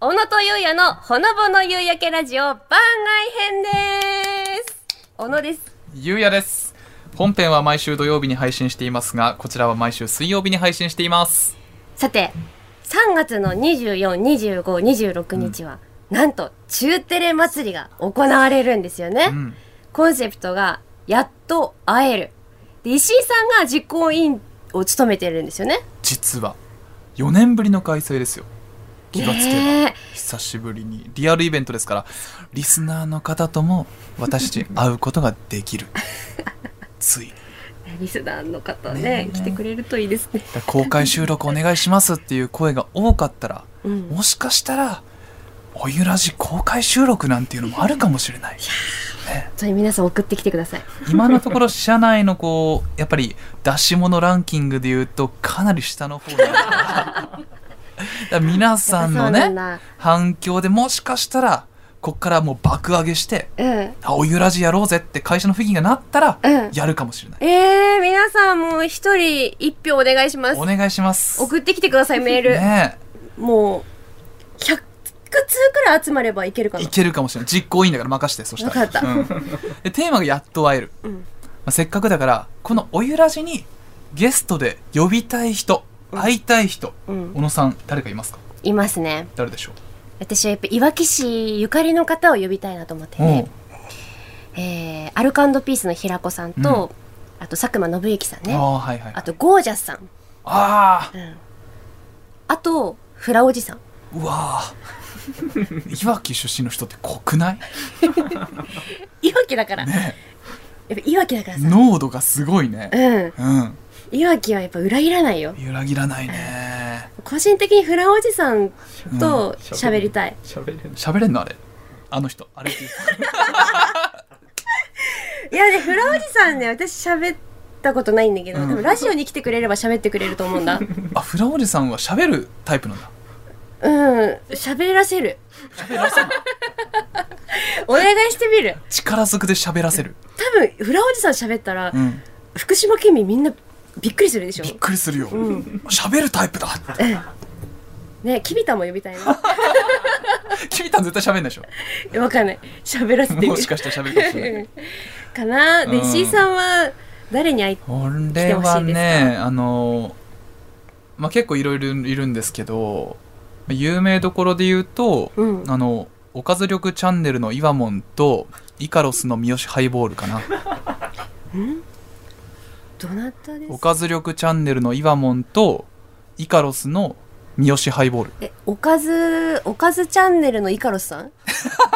小野とゆうやのほのぼの夕焼けラジオ番外編です小野ですゆうやです本編は毎週土曜日に配信していますがこちらは毎週水曜日に配信していますさて3月の24、25、26日は、なんと中テレ祭りが行われるんですよね、うんコンセプトがやっと会えるで石井さんが実行委員を務めてるんですよね実は4年ぶりの開催ですよ気がつけば、ね久しぶりにリアルイベントですからリスナーの方とも私たち会うことができるついえリスナーの方ねねえ来てくれるといいですね、公開収録お願いしますっていう声が多かったらうん、もしかしたらおゆらじ公開収録なんていうのもあるかもしれないそれ皆さん送ってきてください今のところ社内のこうやっぱり出し物ランキングで言うとかなり下の方なんだ だから皆さんのやっぱそうねなんだ反響でもしかしたらこっからもう爆上げしてうん「あおゆらじやろうぜ」って会社の雰囲気がなったらうんやるかもしれない、えー、皆さんもう一人一票お願いしますお願いします送ってきてくださいメール、ねもう100通くらい集まればいけるかえないけるかもしれない実行委員だから任せてそしたら分かったうんでテーマが「やっと会える」うんまあ、せっかくだからこのおゆらじにゲストで呼びたい人会いたい人、うん小野さん誰かいますかいますね誰でしょう私はやっぱいわき市ゆかりの方を呼びたいなと思ってて、えー、アルカンドピースの平子さんと、あと佐久間信之さんあねあはいはいあとゴージャスさん、あうん、あとフラおじさんーうわー いわき出身の人って濃くないいわきだから、 ねやっぱいわきだからさ濃度がすごいねうんうんいわきはやっぱ裏切らないよ揺らぎらないね個人的にフラおじさんと喋りたい、喋れる喋れんのあれあの人あ れっていういやね、フラおじさんね、私喋ったことないんだけど、うん多分ラジオに来てくれれば喋ってくれると思うん だ。うん、あフラおじさんは喋るタイプなんだ喋らせる。お願いしてみる。力ずくで喋らせる、多分、フラおじさん喋ったらう、ん、福島県民みんなびっくりするでしょびっ。くりするよん喋、るタイプだってね、キビタも呼びたいな。君たん絶対喋んないでしょえわかんない。喋らせてみもるし。かしたら喋るかもしれないかなで、うん石井さんは、誰に会い、俺はねあのまあ結構いろいろいるんですけど有名どころで言うと、うんあのおかず力チャンネルのイワモンとイカロスの三好ハイボールか などなたですおかかず力チャンネルのイワモンとイカロスの三好ハ イボールえ、おかず、おかずチャンネルのイカロスさん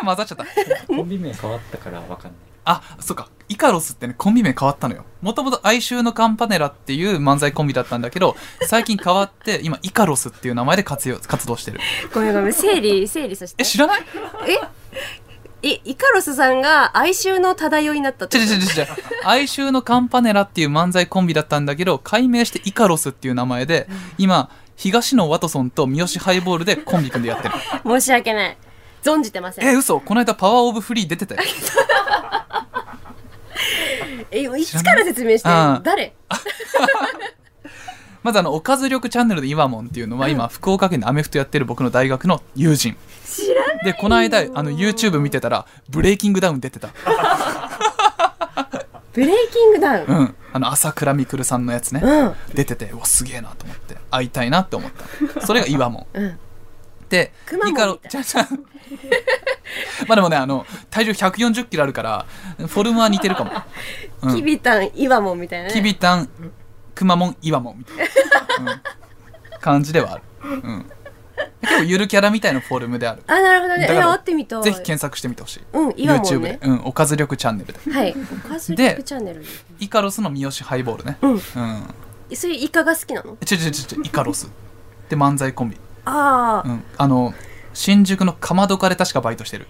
混ざっちゃったコンビ名変わったからわかんないあそうかイカロスってねコンビ名変わったのよもともと哀愁のカンパネラっていう漫才コンビだったんだけど最近変わって今イカロスっていう名前で活用活動してるごめんごめん、整理、整理させてえ。知らないえいイカロスさんが哀愁の漂いになったっ違う違う違う違う哀愁のカンパネラっていう漫才コンビだったんだけど改名してイカロスっていう名前で今東野ワトソンと三好ハイボールでコンビ組んでやってる申し訳ない存じてませえん嘘この間パワーオブフリー出てたよえ一から説明して知らない誰まずあのおかず力チャンネルでイワモンっていうのは今福岡県でアメフトやってる僕の大学の友人知らないでこの間あの YouTube 見てたらブレイキングダウン出てたブレイキングダウンうんあの朝倉未来さんのやつねうん出ててうわすげえなと思って会いたいなって思ったそれがイワモンうんで、くまモンイカロみたいじゃじゃ まあでもね、あの、体重140キロあるから、フォルムは似てるかも。うんキビタンイワモンみたいなねきびたん、くまモン、いわもんみたいな、うん感じではある。うん。結構ゆるキャラみたいなフォルムである。あなるほどねだえから会ってみたいぜひ検索してみてほしい。うんイワモン YouTube ねで。うん、おかず力チャンネルで。はいおかずリックチャンネルイカロスの三好ハイボールね。うんうん。でそれイカが好きなのちょちょちょちょ、イカロス。で、漫才コンビ。あうあん。あの、新宿のかまどかで確かバイトしてる。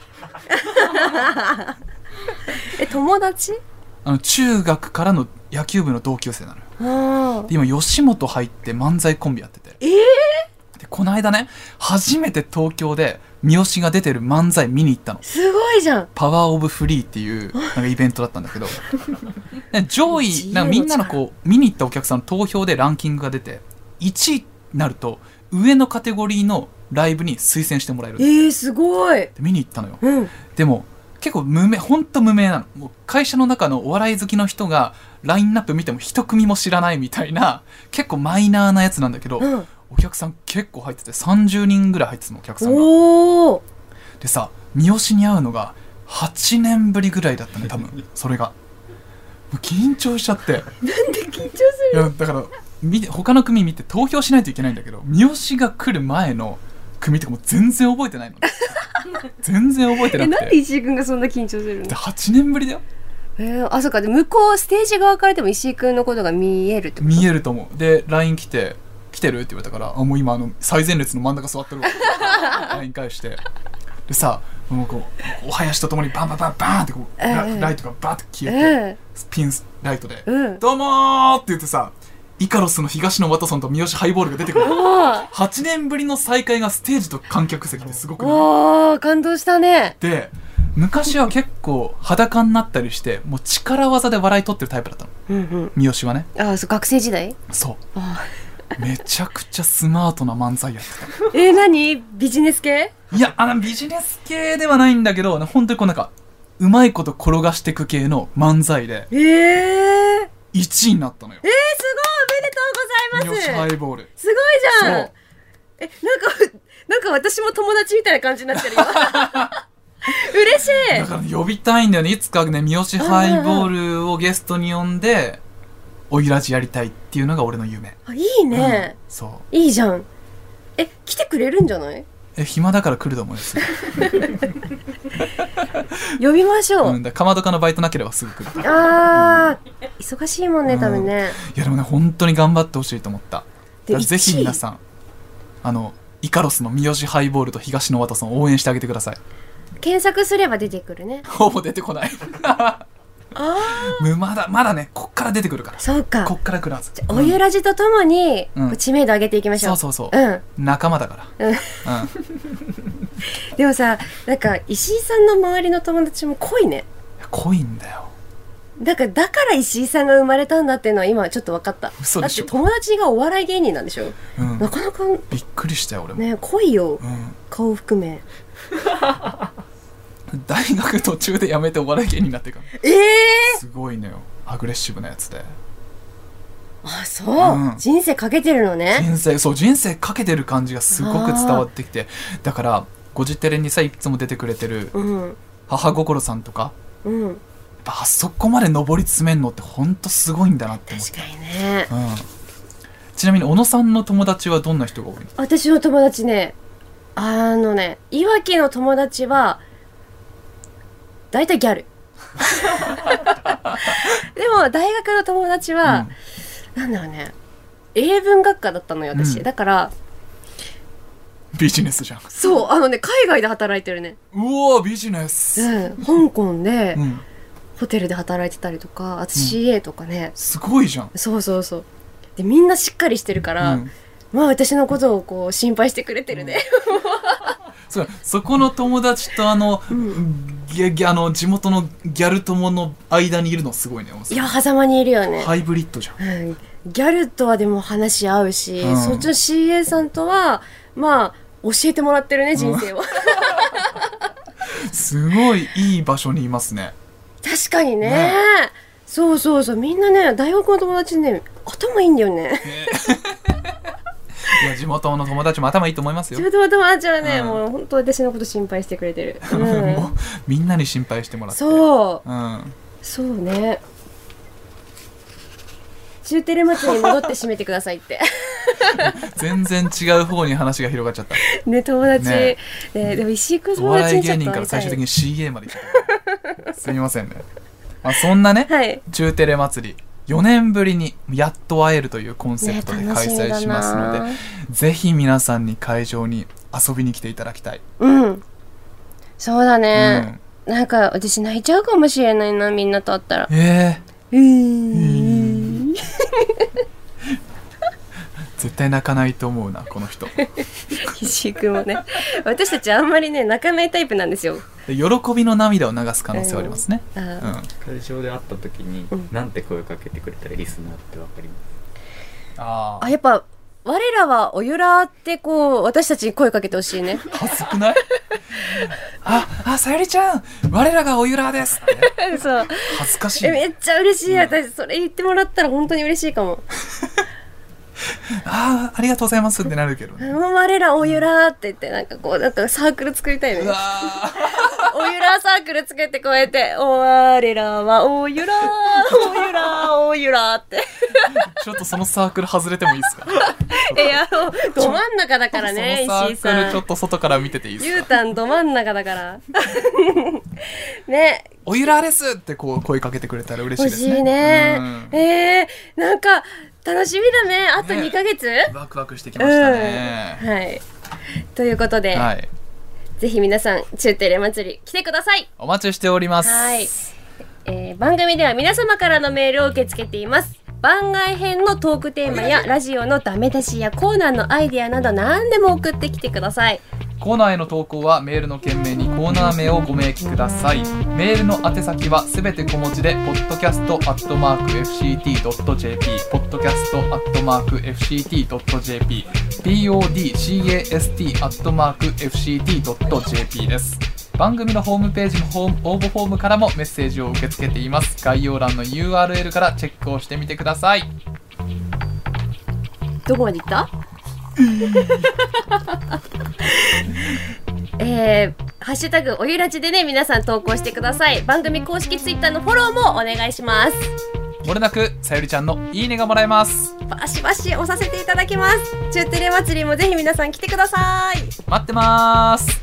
え友達あの、中学からの野球部の同級生なのあよ。で今吉本入って漫才コンビやっててええでこの間ね初めて東京で三好が出てる漫才見に行ったのすごいじゃんパワーオブフリーっていうなんかイベントだったんだけどで上自由の位なんかみんなのこう見に行ったお客さんの投票でランキングが出て1位になると上のカテゴリーのライブに推薦してもらえるえー、すごい。で見に行ったのようん。でも結構無名ほんと無名なのもう会社の中のお笑い好きの人がラインナップ見ても一組も知らないみたいな結構マイナーなやつなんだけど、うん。お客さん結構入ってて30人ぐらい入ってたのお客さんがおお。でさ三好に会うのが8年ぶりぐらいだったね多 分それがもう緊張しちゃってなんで緊張すいやだから見て他の組見て投票しないといけないんだけど三好が来る前の組とかもう全然覚えてない のね全然覚えてる。え、ななくんでて石井君がそんな緊張するので。8年ぶりだよえー、あ、そうか。で、向こうステージ側からでも石井君のことが見えるってこと。見え。えると思うで LINE 来て「来てる?」って言われたから「あもう今あの最前列の真ん中座 ってるわ」LINE 返してでさもうこうお囃子とともにバンバンバンバーンってこう、ラええライトがバーって消えて、えピンライトでえうん「どうもー!」って言ってさイカロスの東野ワトソンと三好ハイボールが出てく るあ8年ぶりの再会がステージと観客席ってすごあ。くないわあ、感動したね。で昔は結構裸になったりしてもう力技で笑い取ってるタイプだったのうん三好はねうん。あー、そう、学生時 代。そうあめちゃくちゃスマートな漫才やってーえー、何ビジネス系たいやあのビジネス系ではないんだけど本当にこうなんかうまいこと転がしてく系の漫才でええー。 1位になったのよえー、すごいおめでとうござい三好ハますイボールすごいじゃんそうえ、なんか、 なんか私も友達みたいな感じになってるよ。 嬉しだからね呼びたいんだよねいつかね三好ハイボールをゲストに呼んでおいらじやりたいっていうのが俺の夢いいいね、うんそういいじゃん。え、来てくれるんじゃないえ暇だから来ると思います呼びましょう。うん、だかまどかのバイトなければすぐ来るいあー、忙しいもんね、うん多分ね。やでもね本当に頑張ってほしいと思っただからぜひ皆ん。さんあのイカロスの三好ハイボールと東野ワトソンを応援してあげてください検索すれば出てくるね。ほぼ出 てこないあむまだまだねこっから出てくるかー。らそうかこ。っから来るはずおゆらじとともに、うんこう知名度上げていきましょ。。そううそうそうん。う仲間だからうんうんでもさ、なんか、石井さんの周りの友達も濃いね。濃いんだよだからだから石井さんが生まれたんだっていうのは今ちょっと分かった嘘でしょだって友達がお笑い芸人なんでしょ、うんなかなかびっくりしたよ俺もね濃いようん顔含め大学途中で辞めてお笑い芸人になってるからええすごいのよアグレッシブなやつであそう、うん人生かけてるのね人生そう人生かけてる感じがすごく伝わってきてだから「ゴジテレ」にさいつも出てくれてるうん母心さんとかうんやっぱあそこまで上り詰めるのってほんとすごいんだなって思っ確かにねた、うん、ちなみに小野さんの友達はどんな人が多いの私の友達ねあのねいわきの友達は大体ギ ャルでも大学の友達は、うんなんだろうね英文学科だったのよ私、うんだからビジネスじゃんうそう、あのね、海外で働いてるね。おービジネス、うん、香港でう、ん、ホテルで働いてたりとか、あと CA とかね、すごいじゃん、そうそうそう。で、みんなしっかりしてるから、うん、まあ私のことをこう、心配してくれてるね。そうそこの友達とあの,、うんギャギャあの地元のギャル友の間にいるのすごいね小野さんいや、狭間にいるよね。ハイブリッドじゃんうんギャルとはでも話し合うし、うんそっちの CA さんとは、まあ、教えてもらってるね、人生を。 すごいいい場所にいますね確かにねねそうそうそう、みんなね、大学の友達ね、頭いいんだよね。いや地元の友達も頭いいと思いますよ自、分の友達はね、うんもう本当私のこと心配してくれ てる、う、もうんみんなに心配してもらってう、、そうんそうね中テレ祭りに戻って締めてくださいって 全然違う方に話が広がっちゃったね友達ねねでも石井君お友達笑いにちょ芸っと会人かいらた最い終的に CA まで行っちゃったすみませんね、まあ、そんなね、はい中テレ祭り4年ぶりにやっと会えるというコンセねプトで楽開しみ催だしますので、なぜひ皆さんに会場に遊びに来ていただきたい、うんそうだうね、んなんか私泣いちゃうかもしれないなみんなと会ったらえうーんんー、絶対泣かないと思うなこ の人で石井君もね私たちあんまりね泣かないタイプなんですよ喜びの涙を流す可能性はありますね、あーうん、会場で会った時に、うんなんて声かけてくれたらリスナーってわかりますああやっぱ我らはおゆらってこう私たちに声かけてほしいね恥ずくない あ、あ、さゆりちゃん我らがおゆらですっ てそう恥ずかしいえめっちゃ嬉しい私それ言ってもらったら本当に嬉しいかもあーありがとうございますってなるけどあねの我らおゆらって言ってなんかこうなんかサークル作りたいうねわーおゆらサークル作ってこうやってお我らはおゆらおゆらおゆらって ちょっとそのサークル外れてもいいですかえやろうど真ん中だからねそのサ石井ークさルちょんっと外から見てていいですゆうかたんど真ん中だから ねおゆらですってこう声かけてくれたら嬉し欲いですしねいねうえー、なんか楽しみだねあとね2ヶ月、んワクワクしてきましたね、はいということで、はいぜひ皆さん中テレ祭り来てくださいお待ちしておりますはい、えー番組では皆様からのメールを受け付けています番外編のトークテーマやラジオのダメ出しやコーナーのアイデアなど何でも送ってきてくださいコーナーへの投稿はメールの件名にコーナー名をご明記くださいメールの宛先はすべて小文字で podcast.fct.jp podcast.fct.jp podcast.fct.jp です番組のホームページのホーム応募フォームからもメッセージを受け付けています概要欄の URL からチェックをしてみてくださいどこまで行った えーハッシュタグおゆらちでね皆さん投稿してください番組公式ツイッターのフォローもお願いしますもれなくさゆりちゃんのいいねがもらえますバシバシ押させていただきます中テレ祭りもぜひ皆さん来てください待ってます